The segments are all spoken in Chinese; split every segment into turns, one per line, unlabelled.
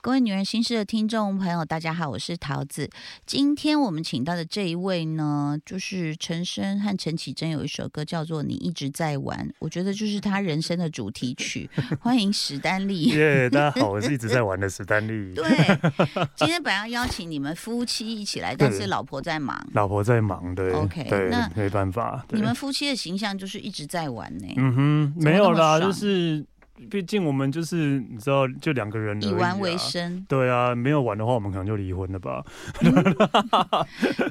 各位女人心事的听众朋友，大家好，我是桃子。今天我们请到的这一位呢，就是陈升和陈绮贞有一首歌叫做《你一直在玩》，我觉得就是他人生的主题 曲。欢迎史丹利。
耶、大家好，我是一直在玩的史丹利。
对，今天本来要邀请你们夫妻一起来，但是老婆在忙。
老婆在忙，对
OK，
对
那，
没办法。对
你们夫妻的形象就是一直在玩呢、
嗯哼，
怎么
没有
那
啦，
么爽
就是毕竟我们就是你知道，就两个人而已
以
啊
玩为。生。
对啊，没有玩的话，我们可能就离婚了吧？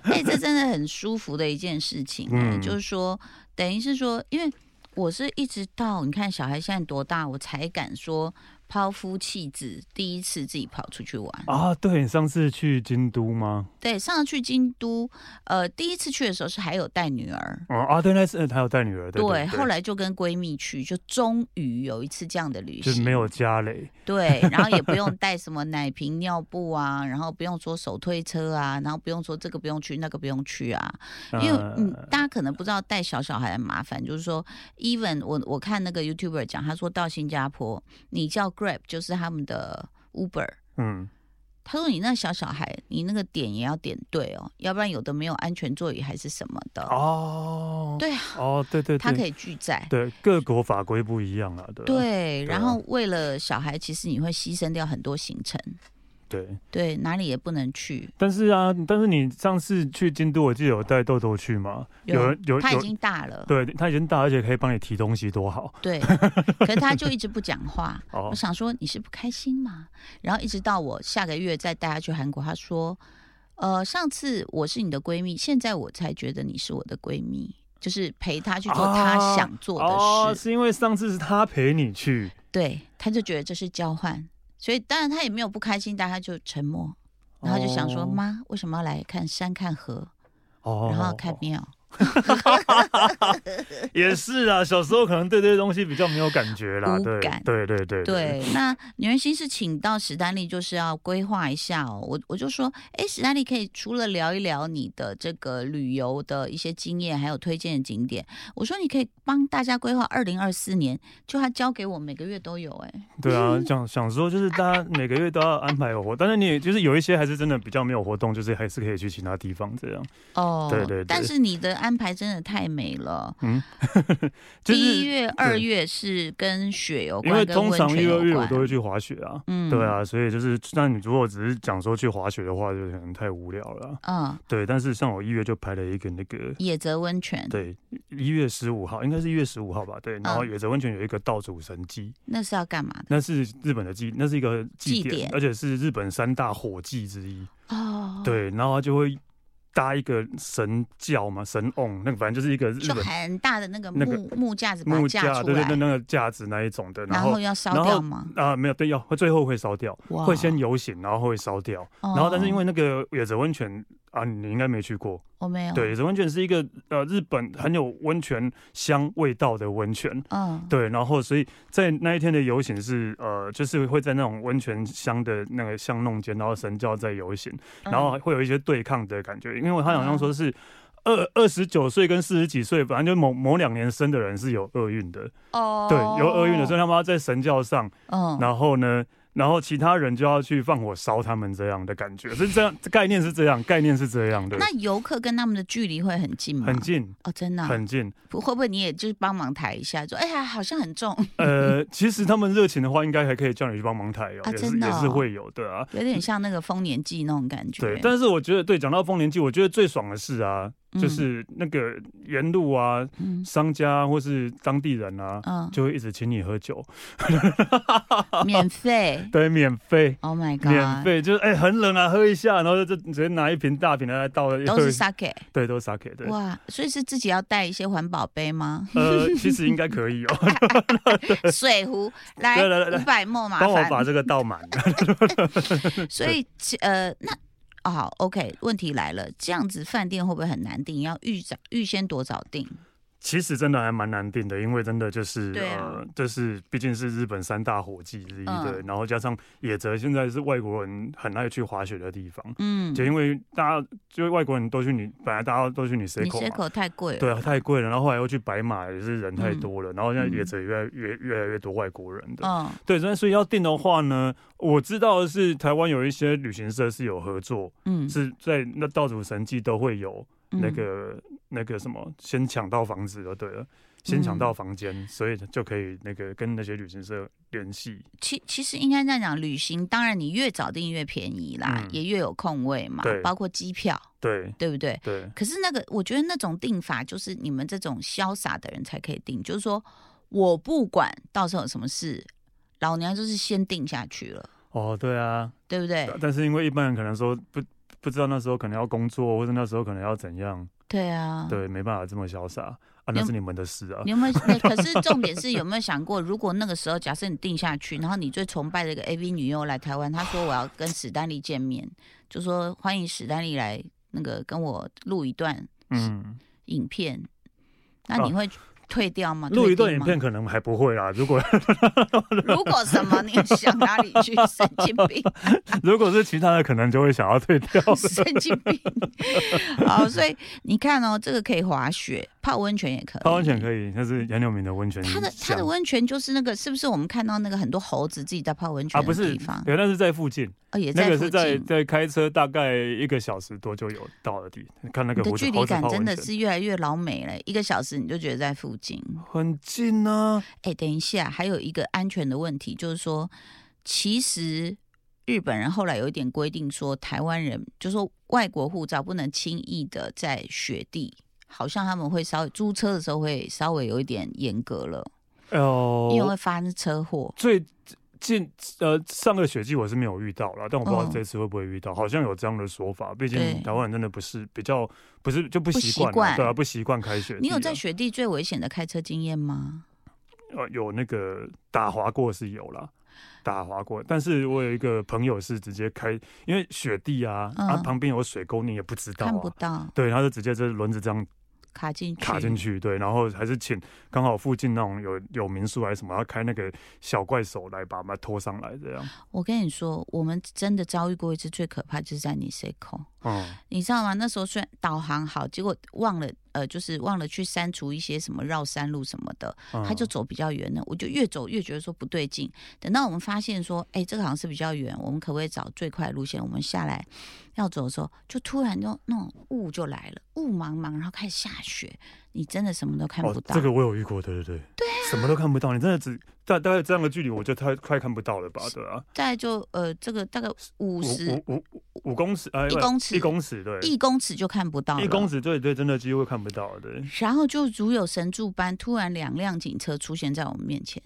哎、这真的很舒服的一件事情、哎
嗯
就是说，等于是说，因为我是一直到你看小孩现在多大，我才敢说抛夫弃子，第一次自己跑出去玩。
啊，对，你上次去京都吗？
对，上次去京都，呃，第一次去的时候是还有带女儿。
哦、啊，对，那次还有带女儿，对对，
后来就跟闺蜜去，就终于有一次这样的旅
就是
行，
没有家累，
对，然后也不用带什么奶瓶、尿布啊，然后不用说手推车啊，然后不用说这个不用去，那个不用去啊，因为
呃
嗯，大家可能不知道带小小孩很麻烦，就是说，even 我我看那个 YouTuber 讲，他说到新加坡，你叫 Grab 就是他们的 Uber，
嗯，
他说你那小小孩，你那个点也要点对哦，要不然有的没有安全座椅还是什么的，
哦，
对啊，
哦，对对
他可
哦对，
以拒载。
对，各国法规不一样啊，对啊
对，然
对啊
后为了小孩，其实你会牺牲掉很多行程，
对。
对，哪里也不能去。
但是啊，但是你上次去京都，我记得有带豆豆去吗？有人有
他已
有
经大了，
对他已经大，而且可以帮你提东西，多好
对，可是他就一直不讲话。
哦
我！想说你是不开心吗？然后一直到我下个月再带她去韩国，她说：“呃，上次我是你的闺蜜，现在我才觉得你是我的闺蜜，就是陪她去做她
啊
想做的
哦，
事。
是因为上次是他陪你去
对，她就觉得这是交换，所以当然她也没有不开心，但她就沉默，然后就想说：“
哦
妈，为什么要来看山看河，
哦，
然后看呃庙？”
也是啊，小时候可能对这些东西比较没有感觉啦，
无
对
感
对对对
对，那女人心是请到史丹利，就是要规划一下哦。我我就说，哎，史丹利可以除了聊一聊你的这个旅游的一些经验，还有推荐的景点，我说你可以帮大家规划二零二四年，就他交给我每个月都有，哎，
对啊，想想说就是大家每个月都要安排有活，但是你也就是有一些还是真的比较没有活动，就是还是可以去其他地方这样，
哦，
对对对
但是你的安排真的太美了。
就
第一
是
月、二月是跟雪有
因
关，
为
跟
通
温
常
泉
一
有
二
关。
月我都会去滑雪啊，
嗯
对，啊，所以就是那你如果只是讲说去滑雪的话，就可能太无聊了啊。
嗯，
对，但是像我一月就拍了一个那个，
野泽温泉
对，一月十五号，应该是一月十五号吧？对，然后
嗯
野泽温泉有一个道祖神祭，
那是要干嘛的？
那是日本的祭，那是一个祭
祭
典
典，
而且是日本三大火祭之一。
哦，，
对，然后它就会搭一个神轿嘛，神瓮，那个反正就是一个日
就
本
很大的那个木
那个
木架子把它
木
架
架，
出
对对
来
对，。那个架子那一种的，
然
然
后
后。
要烧
然后
掉吗？
啊、没有，对，要会最后会烧掉，
哇
会先游行，然后会烧掉，
然
然后但是因为那个野泽温泉啊，你应该没去过，
哦我没有，
对，，野泽温泉是一个呃日本很有温泉香味道的温泉。
嗯，
对，然后所以在那一天的游行是呃，就是会在那种温泉乡的那个巷弄间，然后神教在游行，
嗯，
然后会有一些对抗的感觉，因为他好像说是二二十九岁跟四十几岁，反正就某某两年生的人是有厄运的，
哦，
对，有厄运的，所以他们要在神教上，
嗯，
然后呢，然后其他人就要去放火烧他们这样的感觉，是这样，概念是这样，概念是这样的，
那游客跟他们的距离会很近吗？
很近，
哦，真的啊，
很近。
不会不会你也就是帮忙抬一下，说哎呀，好像很重，
呃，其实他们热情的话，应该还可以叫你去帮忙抬哦，
嗯啊
也是
真的
也
哦
是会有的啊。
有点像那个丰年祭那种感觉。
对，但是我觉得，对，讲到丰年祭，我觉得最爽的是啊，就
嗯
是那个沿路啊，
嗯
商家或是当地人啊，
嗯，
就会一直请你喝酒，
免费
对，免费，
，Oh my God，
免费，就是哎、很冷啊，喝一下，然后就直接拿一瓶大瓶的来倒，
都
喝
是 sake，
对，都是 sake，对。
哇，所以是自己要带一些环保杯吗？
呃，其实应该可以哦，
水 壶来
来来来
五百 沫，麻
帮我
烦，
把这个倒满。
所以其呃，那哦好，OK，问题来了，这样子饭店会不会很难订？要预早预先多早订？
其实真的还蛮难定的，因为真的就是、
对啊
呃，就是毕竟是日本三大火祭之一的，
嗯
然后加上野泽现在是外国人很爱去滑雪的地方，
嗯，
就因为大家就外国人都去你，本来大家都去你 C
你
口
这
嘛，
口太贵了，
对啊，太贵了，然后后来又去白马，也是人太多了，然后现在
嗯
野泽也越来越越来越多外国人的，
嗯，
对，那所以要定的话呢，我知道的是台湾有一些旅行社是有合作，
嗯
是在那道祖神迹都会有
嗯
那个、那个什么，先抢到房子就对了，先
嗯
抢到房间，所以就可以那个跟那些旅行社联系。
其其实应该这样讲，旅行当然你越早订越便宜啦，
嗯
也越有空位嘛
对，
包括机票，
对
对不对？
对，
可是那个，我觉得那种定法就是你们这种潇洒的人才可以定，就是说我不管到时候有什么事，老娘就是先定下去了，
哦，对啊，
对不对？
但但是因为一般人可能说不不知道那时候可能要工作，或者那时候可能要怎样，
对啊。
对，没办法这么潇洒啊，那
有
是你们的事啊
你。有没有？那可是重点是有没有想过，如果那个时候假设你定下去，然后你最崇拜的一个 AV 女优来台湾，她说我要跟史丹利见面，就说欢迎史丹利来那个跟我录一段
嗯，
影片，那你会退掉吗？
哦 录一
退
段
订
影
吗
片。可能还不会啦。如果
如果什么，你想哪里去？神经 病，
如果是其他的，可能就会想要退掉了。
神经病。好，所以你看哦，这个可以滑雪，泡温泉也可以。
泡温泉可以，那是杨柳明的温泉乡。
它的它的温泉就是那个，是不是我们看到那个很多猴子自己在泡温泉
啊，不
的
是
地方？，
对，那是在附近。
哦，也
那
在
个
附
是在
近。
在开车大概一个小时多就有到的地，看那
你
个
的
猴子
距离
猴子
感
泡
真
温
的
泉
是越来越老美了，一个小时你就觉得在附近。
很近啊。
哎，等一下，还有一个安全的问题，就是说，其实日本人后来有一点规定说，台湾人就说外国护照不能轻易的在雪地，好像他们会稍微租车的时候会稍微有一点严格了，因为
哦，
会发生车祸。
最近呃上个雪季我是没有遇到了，但我不知道
嗯
这次会不会遇到，好像有这样的说法。毕
对
竟台湾人真的不是比较不是就不
不
习
习
惯啊，
惯
对啊，不习惯开雪地啊。
你有在雪地最危险的开车经验吗？
呃有那个打滑过是有啦。打滑过，但是我有一个朋友是直接开，因为雪地啊，它、
嗯
旁边有水沟，你也不知道
看不
啊，
到，
对，他就直接这轮子这样
卡进去，
卡进去，对，然后还是请刚好附近那种有有民宿还是什么，要开那个小怪手来把它拖上来，这样，
我跟你说，我们真的遭遇过一次最可怕，就是在你 C 口。
嗯，
你知道吗？那时候虽然导航好，结果忘了，呃，就是忘了去删除一些什么绕山路什么的，
嗯
他就走比较远了。我就越走越觉得说不对劲。等到我们发现说，哎、这个好像是比较远，我们可不可以找最快路线？我们下来要走的时候，就突然就那种雾就来了，雾茫茫，然后开始下雪，你真的什么都看不
哦，
到。啊
这个我有遇过，对对对，对、什么都看不到，你真的只大大概这样的距离，我就太快看不到了吧，对啊，
再来就呃，这个大概
五
五十
五五五五公尺，哎，
一公尺
一公尺，对，
一公尺就看不到了，
一公尺，对对，真的几乎看不到，对，
然后就如有神助般，突然两辆警车出现在我们面前，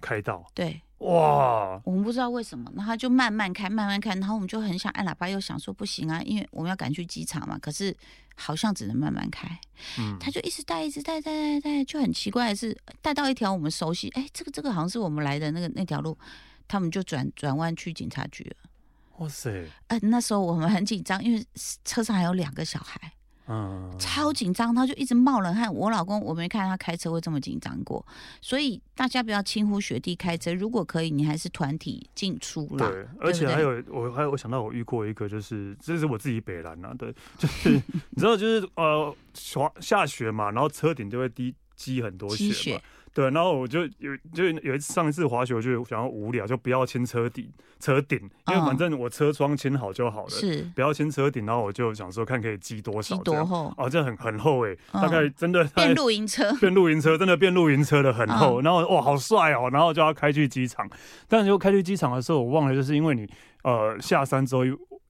开到，
对。
哇，
我们不知道为什么，然后他就慢慢开，慢慢开，然后我们就很想按喇叭，又想说不行啊，因为我们要赶去机场嘛。可是好像只能慢慢开，
嗯，
他就一直带，一直带，带带带，就很奇怪的是，带到一条我们熟悉，哎，这个这个好像是我们来的那个那条路，他们就转转弯去警察局了。
哇塞，
呃，那时候我们很紧张，因为车上还有两个小孩，
嗯，
超紧张，他就一直冒冷汗。我老公我没看他开车会这么紧张过，所以大家不要轻忽雪地开车，如果可以，你还是团体进出啦。
对，而且
对
还有我还有我想到我遇过一个，就是这是我自己北兰啊，对，就是 你知道就是呃滑下雪嘛，然后车顶就会滴积很多
积
雪嘛。对，然后我就有就有一次上一次滑雪，我就想要无聊，就不要亲车顶车顶，因为
嗯
反正我车窗亲好就好了，
是
不要亲车顶。然后我就想说看可以积多
几
少这
多
样，
厚？
哦，这很很厚诶、
嗯
大概真的大概
变露营车，
变露营车，真的变露营车的很
嗯
厚，然后哇，好帅哦，然后就要开去机场，但是就开去机场的时候，我忘了，就是因为你呃下山之后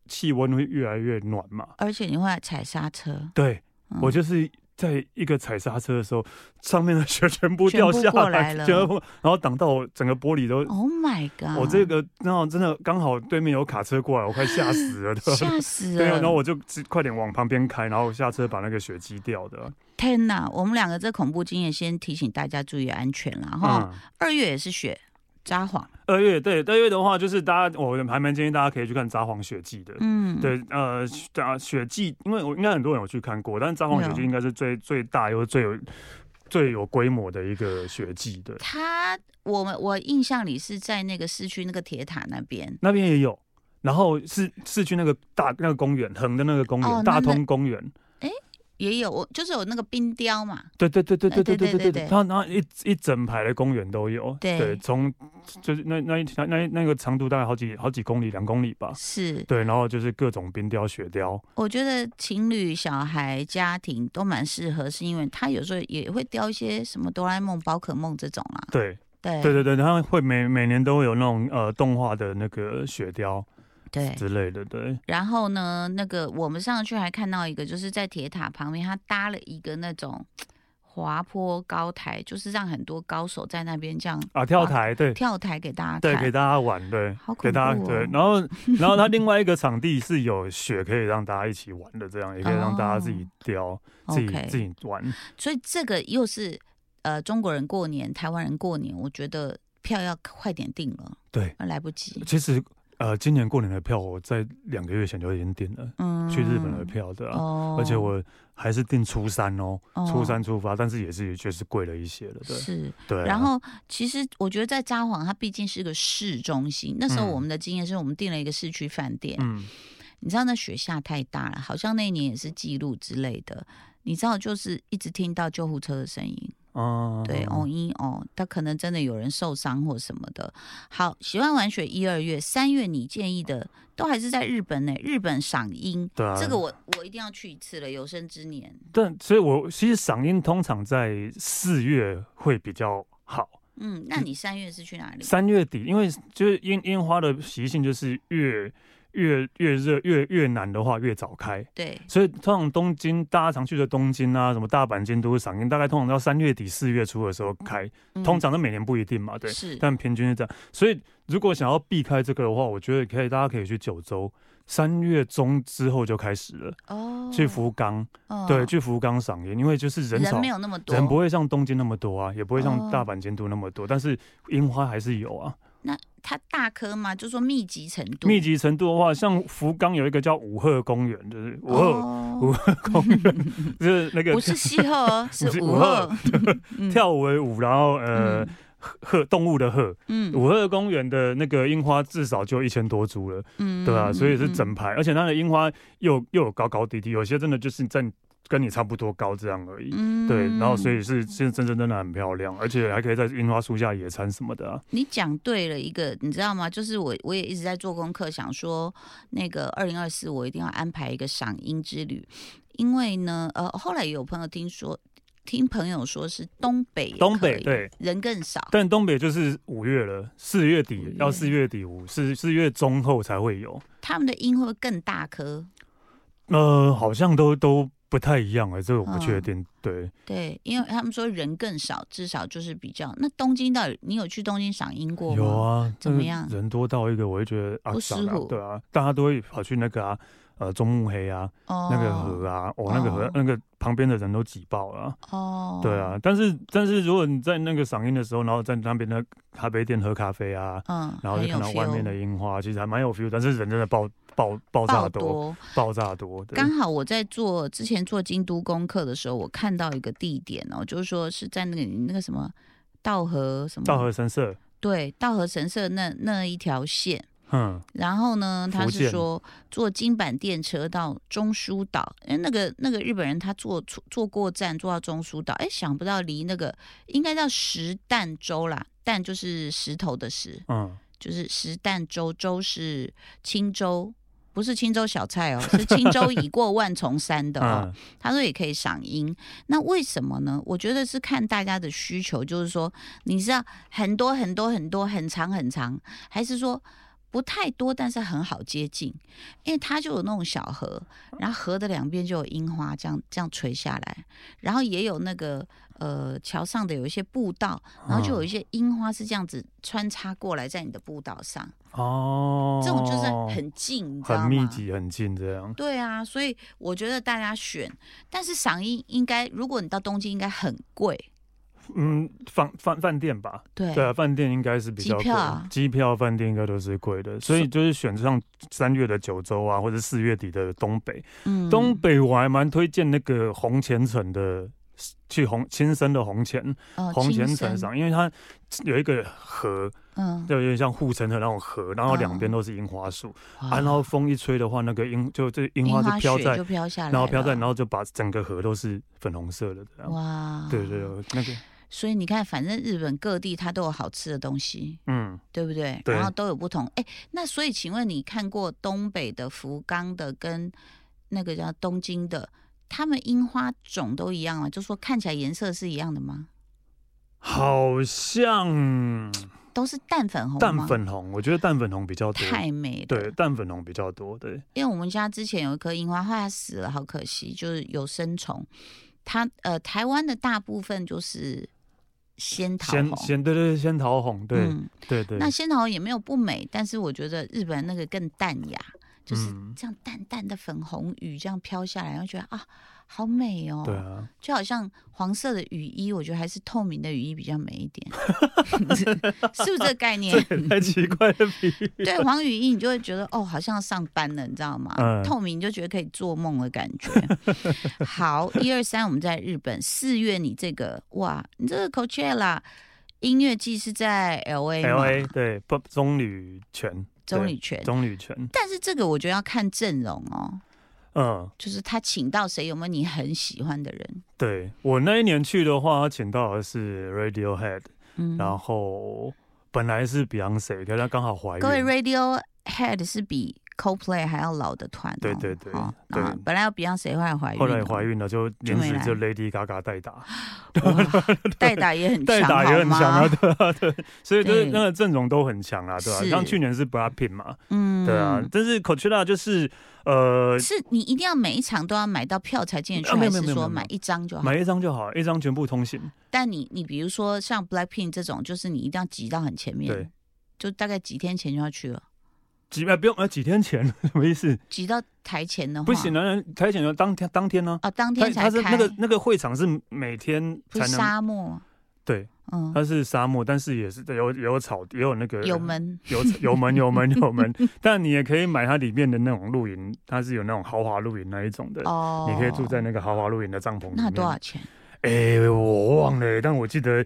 气温会越来越暖嘛，
而且你会踩刹车。
对、
嗯
我就是在一个踩刹车的时候，上面的雪全部
全部
掉下
过
来，
来了
全部然后挡到我整个玻璃都，
Oh my god！
我、这个然后真的刚好对面有卡车过来，我快吓死了，对吧？
吓死
对啊，然后
了！
我就只快点往旁边开，然后下车把那个雪击掉
哦
的。
天哪，我们两个这恐怖经验，先提醒大家注意安全啦哈。
嗯，
二月也是雪，札幌，
二月对二月的话，就是大家我还蛮建议大家可以去看《札幌雪季》的。
嗯，，
对，呃，雪啊，雪季，因为我应该很多人有去看过，但是札幌雪
有
季应该是最最大又最有最有规模的一个雪季，对，
它我们我印象里是在那个市区那个铁塔那边。
那边也有。然后市市区那个大那个公园，横的那个公园，
哦那
大
那
通公园，
也有，我就是有那个冰雕嘛，
对对对对对
哎对
对对
对
对
对
对，它然后一一整排的公园都有，
对
从就是那那一条那一那个长度大概好几好几公里，两公里吧，
是，
哦对，然后就是各种冰雕、雪雕，
我觉得情侣、小孩、家庭都蛮适合，是因为他有时候也会雕一些什么哆啦 A 梦、宝可梦这种啦，
对
对
对对对，它会每每年都会有那种呃动画的那个雪雕
对
之类的，对，
然后呢，那个我们上去还看到一个，就是在铁塔旁边，他搭了一个那种滑坡高台，就是让很多高手在那边这样
啊跳
哇
台，对
跳台给大家
对，
看，
给大家玩，对。
好恐
给
怖、
大家
哦、
对，然后然后它另外一个场地是有雪可以让大家一起玩的，这样也可以让大家自己雕、自己
哦 OK
自己玩。
所以这个又是呃中国人过年，台湾人过年，我觉得票要快点订了，
对，
来不及。
其实呃，今年过年的票我在两个月前就已经订了
嗯，
去日本的票的、啊，
哦
而且我还是订初三哦，
哦
初三出发，但是也是确实贵了一些了，对
是，
对啊、
然后其实我觉得在札幌，它毕竟是个市中心。那时候
嗯
我们的经验是我们订了一个市区饭店，
嗯，
你知道那雪下太大了，好像那一年也是记录之类的。你知道，就是一直听到救护车的声音，
嗯
对，哦，一哦，他可能真的有人受伤或什么的。好，喜欢玩雪一二月，三月你建议的都还是在日本呢，日本赏樱，
对啊，
这个我我一定要去一次了，有生之年。
但所以我其实赏樱通常在四月会比较好。
嗯，那你三月是去哪里？
三月底，因为就是樱樱花的习性就是越越越热越越南的话越早开，
对，
所以通常东京大家常去的东京啊，什么大阪、京都赏樱，大概通常到三月底四月初的时候开，
嗯
通常都每年不一定嘛，对，
是
但平均是这样。所以如果想要避开这个的话，我觉得可以，大家可以去九州。三月中之后就开始了，
哦，
去福冈，
哦
对，去福冈赏樱，因为就是人
人
少
没，有那么多，
人不会像东京那么多啊，也不会像
啊哦
大阪、京都那么多，但是樱花还是有啊。
那它大颗吗？就说密集程度，
密集程度的话，像福冈有一个叫五鹤公园，就是五鹤、
哦
五公园，就是那个
不是气候 哦，是
是
午
午
后
后，
嗯
跳舞的舞，然后呃
嗯
鹤、动物的鹤，
嗯
五鹤公园的那个樱花至少就一千多株了，
嗯
对啊，所以是
嗯
整排，而且它的樱花又又有高高低低，有些真的就是在跟你差不多高这样而已。
嗯
对，然后所以是是真真真的很漂亮，而且还可以在樱花树下野餐什么的啊。
你讲对了一个，你知道吗？就是我我也一直在做功课，想说那个二零二四我一定要安排一个赏樱之旅，因为呢，呃，后来有朋友听说，听朋友说是东北也
东
可
北
以
对，
人更少，
但东北就是五月了，四月底
五
到
月
四月底五四四月中后才会有。
他们的樱会不会更大颗？
呃，好像都都不太一样哎、这个我不
嗯
确定。对，
对，因为他们说人更少，至少就是比较。那东京到底你有去东京赏樱过吗？
有啊，
怎么
就是
样
人多到一个，我会觉得啊，
不
爽
舒
啊
服
对啊，大家都会跑去那个啊，呃，中目黑啊，
哦，
那个河啊，哦，那个河，
哦
那个旁边的人都挤爆了啊、
哦，
对啊，，但是但是如果你在那个赏樱的时候，然后在那边的咖啡店喝咖啡啊，
嗯，
然后就
很有
看到外面
feel
的樱花，其实还蛮有 feel，但是人真的爆爆爆炸
爆
多，
多。
爆炸多。对
刚好我在做之前做京都功课的时候，我看到一个地点哦，就是说是在那个那个什么道和什么
道和神社，
对道和神社那那一条线。
嗯，
然后呢，他
福
是
建
说坐京阪电车到中枢岛，哎，那个那个日本人他坐坐坐过站坐到中枢岛，哎，想不到离那个应该叫石弹州啦，弹就是石头的石，
嗯，
就是石蛋粥，粥是青州，不是青州小菜哦，是青州已过万重山的哦。
嗯，
他说也可以赏樱，那为什么呢？我觉得是看大家的需求，就是说你知道很多很多很多很长很长，还是说？不太多，但是很好接近，因为它就有那种小河，然后河的两边就有樱花，这样这样垂下来，然后也有那个呃桥上的有一些步道，然后就有
嗯
一些樱花是这样子穿插过来在你的步道上，
哦，
这种就是很近，你知道吗？
很密集、很近这样。
对啊，所以我觉得大家选，但是赏樱应该，如果你到东京应该很贵，
嗯，饭饭饭店吧，
对
对啊，饭店应该是比较
机
贵
票啊，
机票、饭店应该都是贵的，所以就是选上三月的九州啊，或者四月底的东北。
嗯
东北我还蛮推荐那个红前城的去红亲身的红前
哦，
红前
青
城
森，
上，因为它有一个河，
嗯，
就有点像护城河那种河，然后两
嗯
边都是樱花树，
哇
啊，然后风一吹的话，那个樱就这樱
樱
花就飘
雪
在
就，飘下来了，
然后飘在，然后就把整个河都是粉红色的这样。
哇，
对对对，那个
所以你看，反正日本各地它都有好吃的东西，
嗯，
对不对？
对
然后都有不同。哎，那所以请问你看过东北的福冈的跟那个叫东京的，他们樱花种都一样吗？就说看起来颜色是一样的吗？
好像
都是淡粉红
淡
吗
粉红，我觉得淡粉红比较多。
太美了。
对，淡粉红比较多。对，
因为我们家之前有一棵樱花，后来它死了，好可惜，就是有生虫。它呃，台湾的大部分就是仙桃
先
红，
先对对对，仙桃红，对、
嗯，
对对。
那仙桃红也没有不美，但是我觉得日本那个更淡雅，就是
嗯
这样淡淡的粉红雨这样飘下来，然后觉得啊，好美哦。
对啊，
就好像黄色的雨衣，我觉得还是透明的雨衣比较美一 点， 是不是这个概念？
这也太奇怪 了，比喻。
对黄雨衣，你就会觉得哦，好像上班了，你知道吗？
嗯
透明就觉得可以做梦的感 觉。好，一二三，我们在日本四月，你这个哇，你这个 Coachella 音乐季是在 L A 吗
L A 对，不棕榈泉，
棕
对
榈泉，
棕榈泉，
但是这个我觉得要看阵容哦，
嗯，
就是他请到谁，有没有你很喜欢的人？
对我那一年去的话，他请到的是 Radiohead，、
嗯，
然后本来是 Beyonce，可是他刚好怀孕，
各位 Radiohead 是比 Coldplay 还要老的团、哦，
对对对
好
对
那本来要 Beyonce 后来怀孕了，
后来怀孕了就临时
就
就 Lady Gaga 代打，
哇，代打也很强，
代打也很强
好
啊，
吗
对啊 对，所以就是
对
那个阵容都很强啊，对吧、
是
像去年是 b r a d p i t 嘛，
嗯，
对啊，但是 Coachella 就是呃
是你一定要每一场都要买到票才进得去，
啊没
还
有没有没
是
有没
说
有
买一张就好？
买一张就好，一张全部通行，
但你你比如说像 Blackpink 这种，就是你一定要挤到很前面
对，
就大概几天前就要去了，
几呃不用呃几天前 什么意思？
挤到台前的话
不行啊，开选的当天当天呢、
哦，当
他
天才
他是
开，
那个那个会场是每天
不
才
是
能
沙漠，
对，
嗯，
它是沙漠，但是也是有有草地，也有那个
有门，
有有门有门 有门，但你也可以买它里面的那种露营，它是有那种豪华露营那一种的。
哦，
你可以住在那个豪华露营的帐篷里面。
那多少？钱？
哎、我忘了、欸但我记得，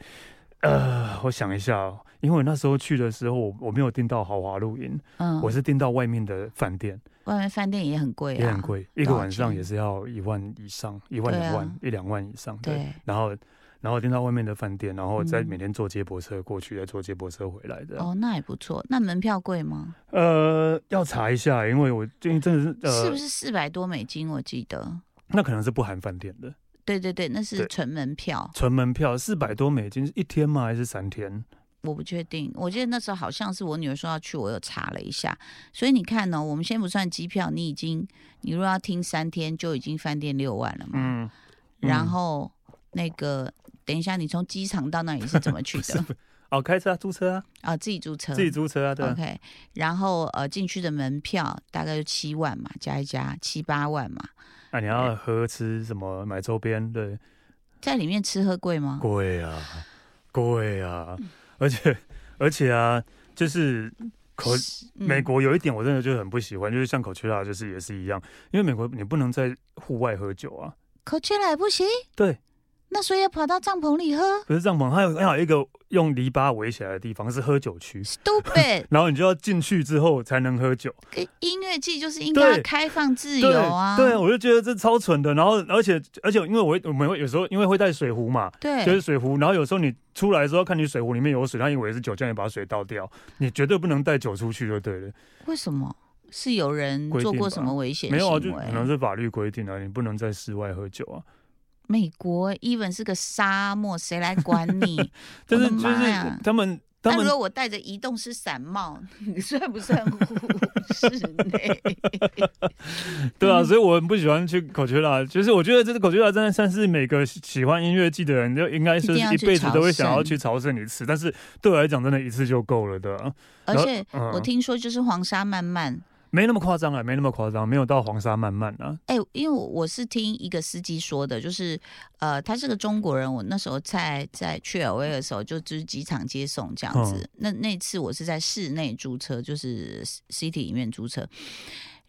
呃，我想一下哦，因为我那时候去的时候，我我没有订到豪华露营，
嗯，
我是订到外面的饭店，
外面饭店也很贵、啊，
也很，贵，
多
一个
少
晚上
钱
也是要一万以上，一万
对啊
两万一两万以上。对，
对，
然后然后订到外面的饭店，然后再每
嗯
天坐接驳车过去，再坐接驳车回来的。
哦，那也不错。那门票贵吗？
呃，要查一下，因为我最近真的是呃，
是不是四百多美金？我记得，
那可能是不含饭店的，
对对对，那是
对
纯门票，
纯门票四百多美金，是一天吗？还是三天？
我不确定。我记得那时候好像是我女儿说要去，我有查了一下。所以你看呢、我们先不算机票，你已经，你如果要听三天，就已经饭店六万了嘛。
嗯，
然
嗯
后那个，等一下，你从机场到那里是怎么 去的？
哦，开车啊，租车啊，
啊，自己租车，
自己租车啊，对啊
OK，然后呃，进去的门票大概就七万嘛，加一加七八万嘛，
啊，你要喝吃什么，买周边，对，
在里面吃喝贵吗？
贵啊， 贵啊，
嗯
而且而且啊，就是口
嗯
美国有一点我真的就很不喜欢，就是像口 o 拉，就是也是一样，因为美国你不能在户外喝酒啊，
Coachella 也不行，
对，
那所以要跑到帐篷里喝
可是帐篷还有还有一个用篱笆围起来的地方是喝酒区。
，stupid！
然后你就要进去之后才能喝酒，
跟音乐季就是应该要
对
开放自由啊，
对，我就觉得这超蠢的。然后，而且，而且，因为我会我们会有时候因为会带水壶嘛，
对
就是水壶。然后有时候你出来的时候看你水壶里面有水，他以为是酒，叫你把水倒掉，你绝对不能带酒出去就对了。
为什么？是有人
规
做
定吧
过什么危险
没有啊，就
行为？
可能是法律规定啊，你不能在室外喝酒啊。
美国 even 是个沙漠，谁来管你？
但是
我的
就
妈呀
是他们 他
那如
们
果我戴着移动式伞帽， 你算不算户室 内？
对啊，所以我很不喜欢去 Coachella。就是我觉得这个 Coachella 真的算是每个喜欢音乐季的人就应该是
一定要
一
去
辈子都
朝圣
会想要去朝圣一次，但是对我来讲真的一次就够了的啊。
而且
然后嗯
我听说就是黄沙漫漫，
没那么夸张啊，没那么夸张，没有到黄沙漫漫啊。，
哎、因为我我是听一个司机说的，就是呃，他是个中国人，我那时候在在去 L A 的时候，就就是机场接送这样子。那那次我是在室内租车，就是 city 里面租车，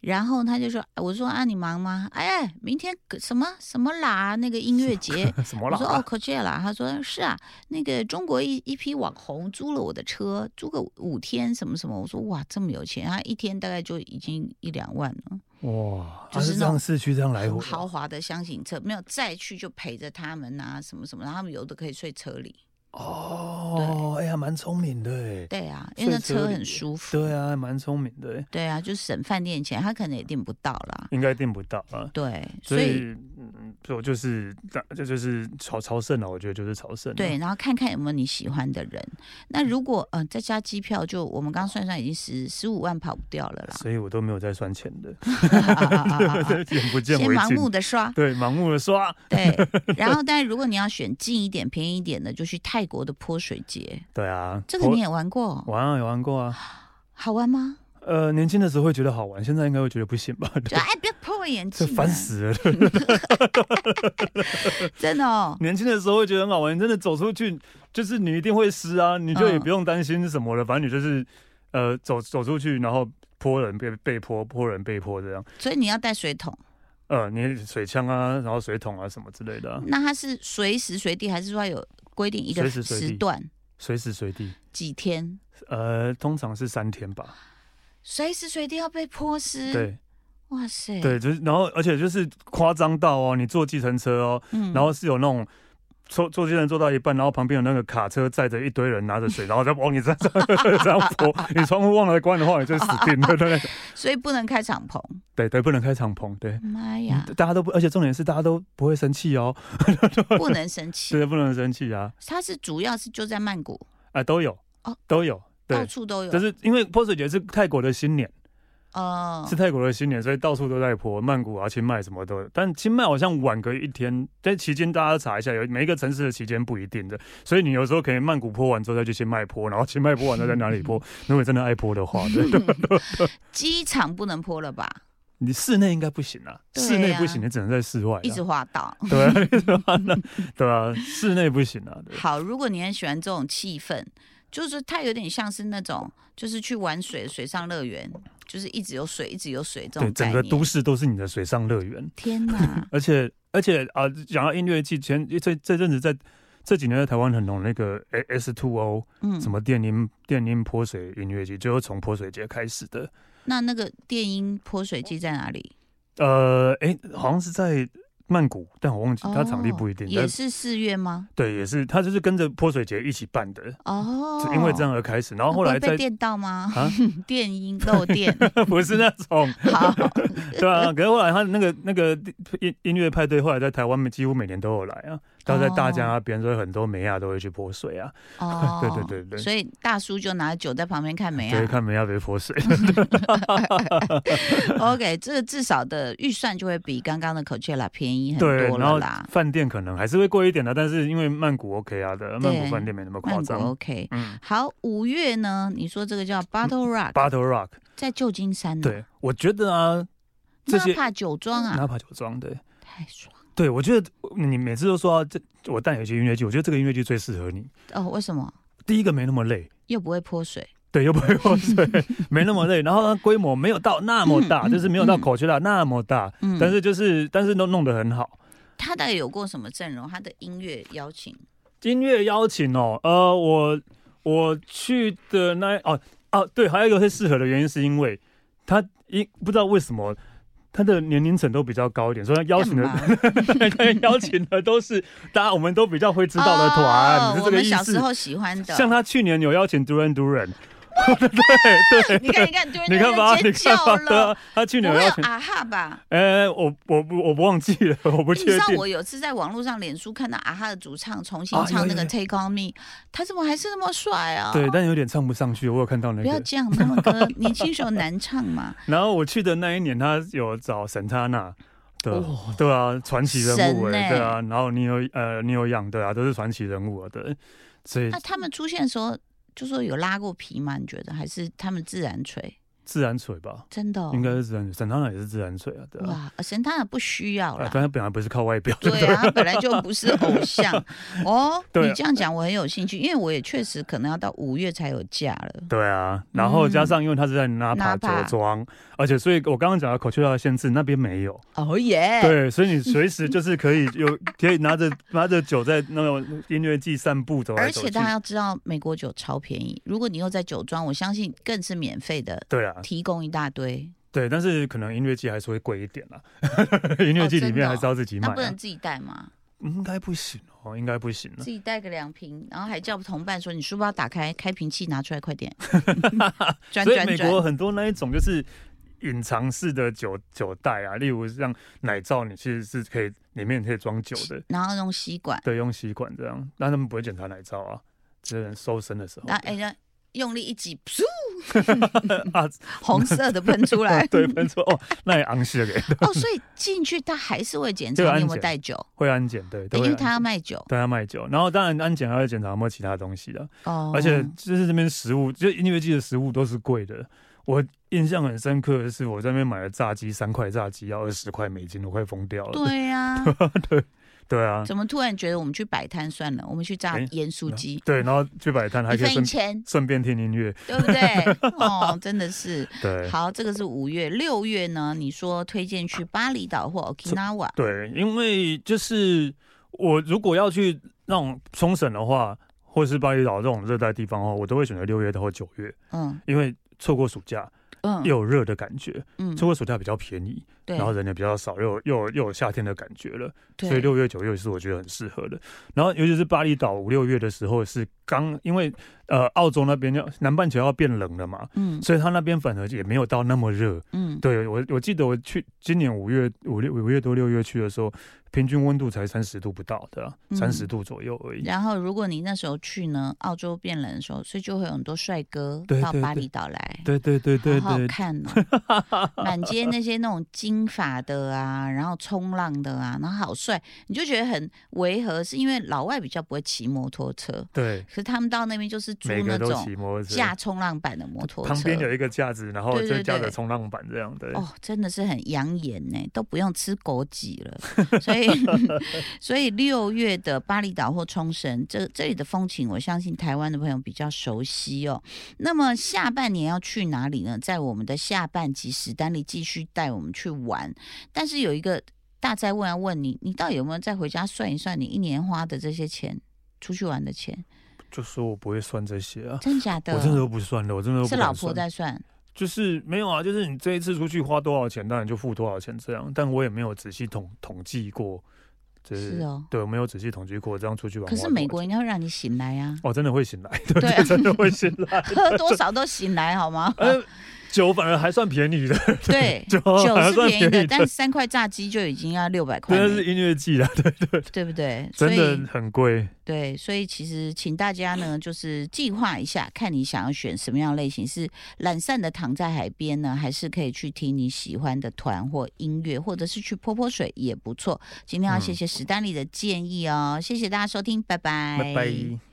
然后他就说，哎我说啊你忙吗？哎，明天可什么什么啦那个音乐节
什么
我说哦
啦？
可这啦，他说是啊，那个中国一一批网红租了我的车，租个五天什么什么，我说哇这么有钱，他一天大概就已经一两万了。
哇，
就
他
哦是
是
那
这样
种
市区这样来回
很，豪华的箱型车，没有再去就陪着他们啊，什么什么，然后他们有的可以睡车里。
哦，哎呀，蛮聪明的哎，
对啊，因为那
睡车
车
里
很舒服。
对啊，蛮聪明的哎，
对啊，就省饭店钱，他可能也订不到啦。
应该订不到啊。
对，
所
所
以
以，
嗯，所以我就是，这就是朝朝圣啊了，我觉得就是朝圣。
对，，然后看看有没有你喜欢的人。那如果嗯、呃再加机票就，我们刚算算已经十十五万跑不掉了 啦。
所以我都没有在算钱 的，
先
眼不见为
盲目
净。
的刷，
对，盲目的刷。
对。然后，但如果你要选近一点、便宜一点的，就去泰国的泼水节，
对啊，
这个
我
你也玩过，
玩啊，有玩过啊。
好玩吗？
呃，年轻的时候会觉得好玩，现在应该会觉得不行吧？
就哎，不要泼我眼
这
镜、啊，
烦死了！
真的 哦，
年轻的时候会觉得很好玩，真的走出去就是你一定会湿啊，你就也
嗯
不用担心什么了，反正你就是呃走走出去，然后泼人被被泼，泼人被泼这样。
所以你要带水桶。
呃，你水枪啊，然后水桶啊什么之类的啊、
那它是随时随地，还是说有规定一个
随时随地
时段
随时随地。
几天？
呃，通常是三天吧。
随时随地要被泼湿？，
对
哇塞，，
对，就是然后，而且就是夸张到哦，你坐计程车哦，
嗯
然后是有那种坐坐计程坐到一半，然后旁边有那个卡车载着一堆人拿着水，然后再往你身上 这样泼，你窗户忘了关的话，你就死定了。对
所以不能开敞篷。
对对，不能开敞篷，对。嗯
妈呀，
大家都不，而且重点是大家都不会生气哦，
不能生气。
对，不能生气啊，
它是主要是就在曼谷，
啊、都有，
哦
都有，
到
对，
处都有。
就是因为泼水节是泰国的新年。
哦
是，泰国的新年，所以到处都在泼，曼谷啊、清迈什么都有。但清迈好像晚个一天，但期间大家查一下，有每一个城市的期间不一定的，所以你有时候可以曼谷泼完之后再去清迈泼，然后清迈泼完再在哪里泼。 如果你真的爱泼的话，对，
机场不能泼了吧？
你室内应该不行啊，
对啊
室内不行，你只能在室外啊。
一直滑倒。
对啊，一直滑那对啊，室内不行啊。 对
好，如果你很喜欢这种气氛，就是它有点像是那种，就是去玩水水上乐园，就是一直有水，一直有水这
对，
种概
整
念。
个都市都是你的水上乐园。！
天哪
而且而且啊，讲到音乐季，前这这阵子在这几年在台湾很红那个 S Two O。
嗯，
什么电音电音泼水音乐节，就是从泼水节开始的。
那那个电音泼水机在哪里？
呃，哎、好像是在曼谷，但我忘记它
哦
场地不一定。
也
但
是四月吗？
对，也是它就是跟着泼水节一起办的，
哦，
是因为这样而开始。然后后来
会被
在
电到吗？
啊，
电音漏电，
不是那种，
好，
对啊。可是后来他那个那个音音乐派对，后来在台湾几乎每年都有来
哦
啊，都在大家那边，所以很多美亚都会去泼水啊，，
哦
对对对对
所以大叔就拿酒在旁边看梅
所以
啊。
看美亚被泼水。
OK，这个至少的预算就会比刚刚的 Coachella 便宜很
对，
多
然后
了啦。
饭店可能还是会贵一点的，但是因为曼谷 OK 啊的，曼谷
对
饭店没那么夸
曼谷
张。
OK，
嗯
好，五月呢？你说这个叫 Battle Rock，、
，Battle Rock。
在旧金山呢。，
对，我觉得啊，这
纳
些
帕酒庄啊，
哪怕酒庄，对
太爽
对，我觉得你每次都说、啊、这我带有一些音乐剧，我觉得这个音乐剧最适合你。
哦！为什么？
第一个没那么累，
又不会泼水，
对，又不会 喝水，没那么累，然后它规模没有到那么大，
嗯嗯
就是没有到
嗯
口诀啦那么大，
嗯，
但是就是但是都弄得很好。
他大概有过什么阵容？他的音乐邀请，
音乐邀请哦，呃，我我去的那哦哦、对，还有一个最适合的原因是因为他因不知道为什么。他的年龄层都比较高一点，所以他邀请的
干嘛
邀请的都是大家我们都比较会知道的团，
哦
你是
我
这个
们
意
小时
思。
候喜欢的。
像他去年有邀请 Duran Duran，
你看，你看， 突然
你看吧，
间
你
尖
看
叫
吧， 对
了
啊。，他去
不
年有
会有
邀请，
啊哈吧？
呃，我我不我不忘记了，我不
你知
确
道
定。
我有次在网络上脸书看到啊哈的主唱重
啊
新
有
唱那
有
个
有
Take on Me，他怎么还是那么帅啊？
对，但有点唱不上去，我有看到那
不要
个。
这样，他们 歌年轻时候难唱嘛。
然后我去的那一年，他有找沈塔娜。对啊，
哦
对啊，传奇人物
神
哎，
欸
对啊，然后你有呃，你有养对啊，都是传奇人物啊， 对，所以
啊那他们出现的时候，就说有拉过皮吗？你觉得还是他们自然吹？
自然水吧，
真的、哦，
应该是自然水，沈汤也是自然水啊，对啊。
哇，神探不需要
啊，
了。
刚才本来不是靠外 表，对不
对
对？
啊，他本来就不是偶像 哦。
对啊
你这样讲我很有兴趣，因为我也确实可能要到五月才有假了。
对啊，然后加上因为它是在 Napa
Napa
着装，而且所以我刚刚讲到 Coachella 限制那边没有，
哦耶！
对，所以你随时就是可以有可以拿着拿着酒在那种音乐季散步走 来
而
走
且
去，
大家要知道，美国酒超便宜，如果你又在酒庄，我相信更是免费的，
对啊，
提供一大堆。
对，但是可能音乐季还是会贵一点啦，音
哦
乐季里面还是要自己买、
那
啊
不能自己带吗？
应该不行哦，应该不行
自。
了
己带个两瓶，然后还叫同伴说：“你书包打开，开瓶器拿出来，快 点！”转
所以
转
美
转
国，很多那一种就是隐藏式的酒酒袋啊，例如像奶罩，你其实是可以里面可以装酒的，
然后用吸管，
对，用吸管这样，但他们不会检查奶罩啊，只有人搜身的时候
然后哎呀，用力一挤，噗，
啊，。
红色的喷出来
对，分说哦，那也昂些给
哦，所以进去他还是会检
这个
查
安
你有没有
检
带酒，
会安检，对，啊都
因
会
为
安检
他要卖酒
对他卖酒，然后当然安检还会检查有没有其他东西的，
哦。
而且就是这边食物，就音乐季的食物都是贵的。我印象很深刻的是，我在那边买了炸鸡，三块炸鸡要二十块美金，我快疯掉了。
对 呀、
对啊，
怎么突然觉得我们去摆摊算了，我们去炸
哎
盐酥鸡？
对，然后去摆摊还
一
可以
份
顺
一千，
顺便听音乐，
对不 对？哦，真的是。
对。
好，这个是五月，六月呢？你说推荐去巴厘岛或 Okinawa，
对，因为就是我如果要去那种冲绳的话，或是巴厘岛这种热带地方的话，我都会选择六月或九月，
嗯
因为错过暑假
嗯
又有热的感觉，
嗯
错，过暑假比较便宜，
对
然后人也比较少，又有又有又有夏天的感觉了，
对
所以六月九月是我觉得很适合的。然后尤其是巴厘岛五六月的时候是刚，因为呃澳洲那边要南半球要变冷了嘛，
嗯
所以它那边反而也没有到那么热，
嗯
对我，我记得我去今年五月五六五月多六月去的时候，平均温度才三十度不到的，
嗯
三十、度左右而已。
然后，如果你那时候去呢，澳洲变冷的时候，所以就会有很多帅哥
对
到
对
巴
对
厘岛来，
对对对对
好好
对，
看哦， 满街那些那种金发的啊，然后冲浪的啊，然后好帅，你就觉得很违和，是因为老外比较不会骑摩托车，
对，
可是他们到那边就是租
每
那
个都骑
种
摩托车，
架冲浪板的摩托车，
旁边有一个架子，然后
对对
就架着
对
冲浪板这样的。
哦，真的是很养眼呢，都不用吃枸杞了。所 以，所以六月的巴厘岛或冲绳，这这里的风情，我相信台湾的朋友比较熟悉哦。那么下半年要去哪里呢？在我们的下半集，史丹利继续带我们去玩。但是有一个大灾问要问你，你到底有没有再回家算一算你一年花的这些钱，出去玩的钱，
就说我不会算这些啊，
真假的？
我真的都不算的，我真的都不
是
敢
老婆
算，
在算。
就是没有啊，就是你这一次出去花多少钱，当然就付多少钱这样，但我也没有仔细统统计过，就是
是哦
对我没有仔细统计过这样出去玩花
可
多少
是
钱。
美国人家会让你醒来啊，
哦，真的会醒来，
对啊
真的会醒 来。
喝多少都醒来好吗？
呃，酒反而还算便宜的，
对，
酒
酒
还
是
算
便宜
便
的，
宜
但
的
是，三块炸鸡就已经要六百块
真的
美
是
金，
音乐季啦，对对，
对不对？所
真
以
的很贵。
对，所以其实请大家呢，就是计划一下，看你想要选什么样类型，是懒散的躺在海边呢，还是可以去听你喜欢的团或音乐，或者是去泼泼水
嗯
也不错。今天要谢谢史丹利的建议哦，谢谢大家收听，拜拜，
拜拜。